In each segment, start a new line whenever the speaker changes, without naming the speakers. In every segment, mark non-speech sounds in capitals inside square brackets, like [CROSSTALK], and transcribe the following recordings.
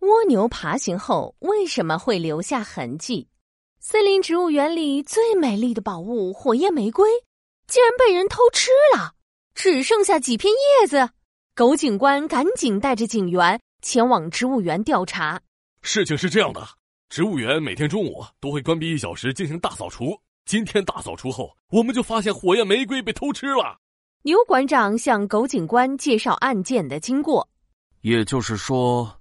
蜗牛爬行后为什么会留下痕迹？森林植物园里最美丽的宝物——火焰玫瑰，竟然被人偷吃了，只剩下几片叶子。狗警官赶紧带着警员前往植物园调查。
事情是这样的，植物园每天中午都会关闭一小时进行大扫除。今天大扫除后，我们就发现火焰玫瑰被偷吃了。
牛馆长向狗警官介绍案件的经过。
也就是说，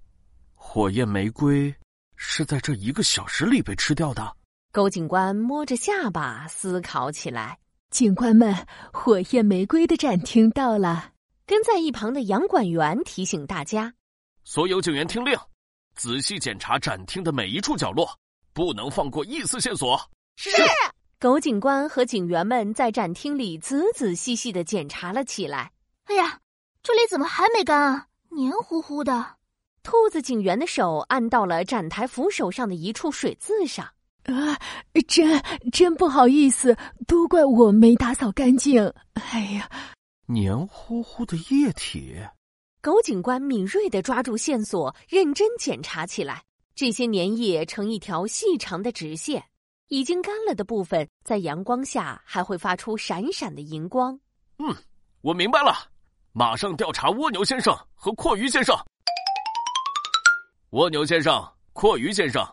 火焰玫瑰是在这一个小时里被吃掉的。
狗警官摸着下巴思考起来。
警官们，火焰玫瑰的展厅到了。
跟在一旁的杨管员提醒大家：
所有警员听令，仔细检查展厅的每一处角落，不能放过一丝线索。
是。
狗警官和警员们在展厅里仔仔细细的检查了起来。
哎呀，这里怎么还没干啊？黏糊糊的。
兔子警员的手按到了展台扶手上的一处水渍上。
啊，真真不好意思，都怪我没打扫干净。哎呀，
黏糊糊的液体。
狗警官敏锐的抓住线索，认真检查起来。这些粘液呈一条细长的直线。已经干了的部分，在阳光下还会发出闪闪的银光。
嗯，我明白了，马上调查蜗牛先生和阔鱼先生。蜗牛先生、阔鱼先生，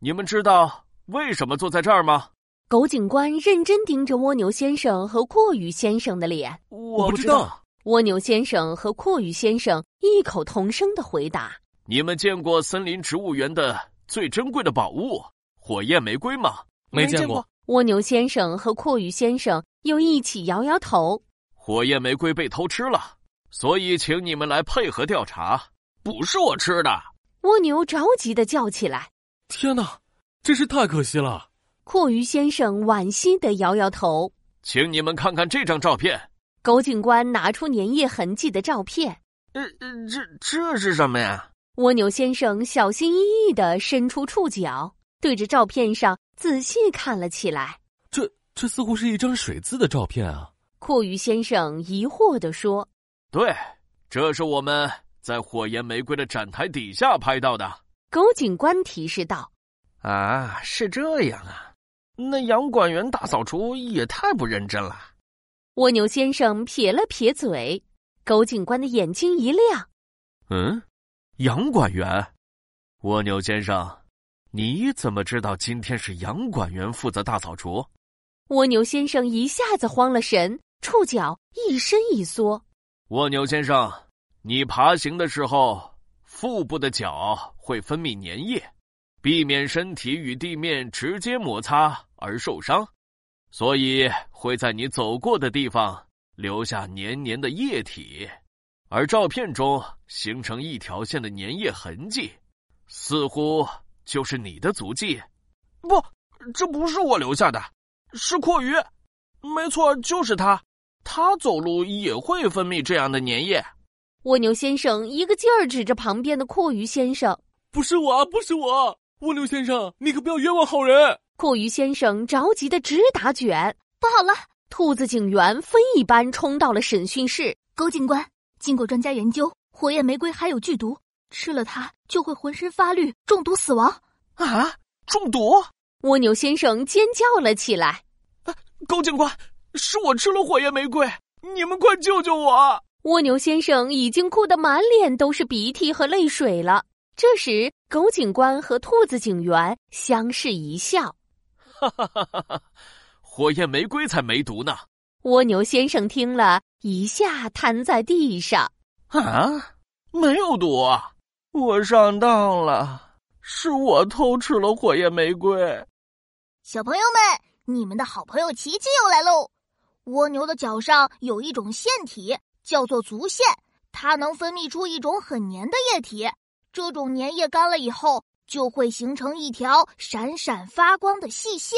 你们知道为什么坐在这儿吗？
狗警官认真盯着蜗牛先生和阔鱼先生的脸。
我不知道。
蜗牛先生和阔鱼先生异口同声的回答：“
你们见过森林植物园的最珍贵的宝物——火焰玫瑰吗？”
没见过。
蜗牛先生和阔鱼先生又一起摇摇头。
火焰玫瑰被偷吃了，所以请你们来配合调查。不是我吃的！
蜗牛着急的叫起来：“
天哪，真是太可惜了！”
阔鱼先生惋惜的摇摇头。
请你们看看这张照片。
狗警官拿出粘液痕迹的照片。
呃，这这是什么呀？
蜗牛先生小心翼翼的伸出触角。对着照片上仔细看了起来，
这这似乎是一张水渍的照片啊！
阔鱼先生疑惑地说：“
对，这是我们在火焰玫瑰的展台底下拍到的。”
狗警官提示道：“
啊，是这样啊！那杨管员大扫除也太不认真了。”
蜗牛先生撇了撇嘴，狗警官的眼睛一亮：“
嗯，杨管员，蜗牛先生。”你怎么知道今天是杨管员负责大扫除？
蜗牛先生一下子慌了神，触角一伸一缩。
蜗牛先生，你爬行的时候，腹部的脚会分泌粘液，避免身体与地面直接摩擦而受伤，所以会在你走过的地方留下黏黏的液体，而照片中形成一条线的粘液痕迹，似乎。就是你的足迹，
不，这不是我留下的，是阔鱼，没错，就是他，他走路也会分泌这样的粘液。
蜗牛先生一个劲儿指着旁边的阔鱼先生：“
不是我，不是我！蜗牛先生，你可不要冤枉好人！”
阔鱼先生着急的直打卷：“
不好了！”
兔子警员飞一般冲到了审讯室。
狗警官，经过专家研究，火焰玫瑰含有剧毒。吃了它就会浑身发绿，中毒死亡
啊！中毒！
蜗牛先生尖叫了起来。
啊、狗警官，是我吃了火焰玫瑰，你们快救
[LAUGHS]
救我！
蜗牛先生已经哭得满脸都是鼻涕和泪水了。这时，狗警官和兔子警员相视一笑。
哈哈哈哈哈！火焰玫瑰才没毒呢！
蜗牛先生听了一下，瘫在地上。
啊，没有毒啊！我上当了，是我偷吃了火焰玫瑰。
小朋友们，你们的好朋友琪琪又来喽。蜗牛的脚上有一种腺体，叫做足腺，它能分泌出一种很粘的液体。这种粘液干了以后，就会形成一条闪闪发光的细线。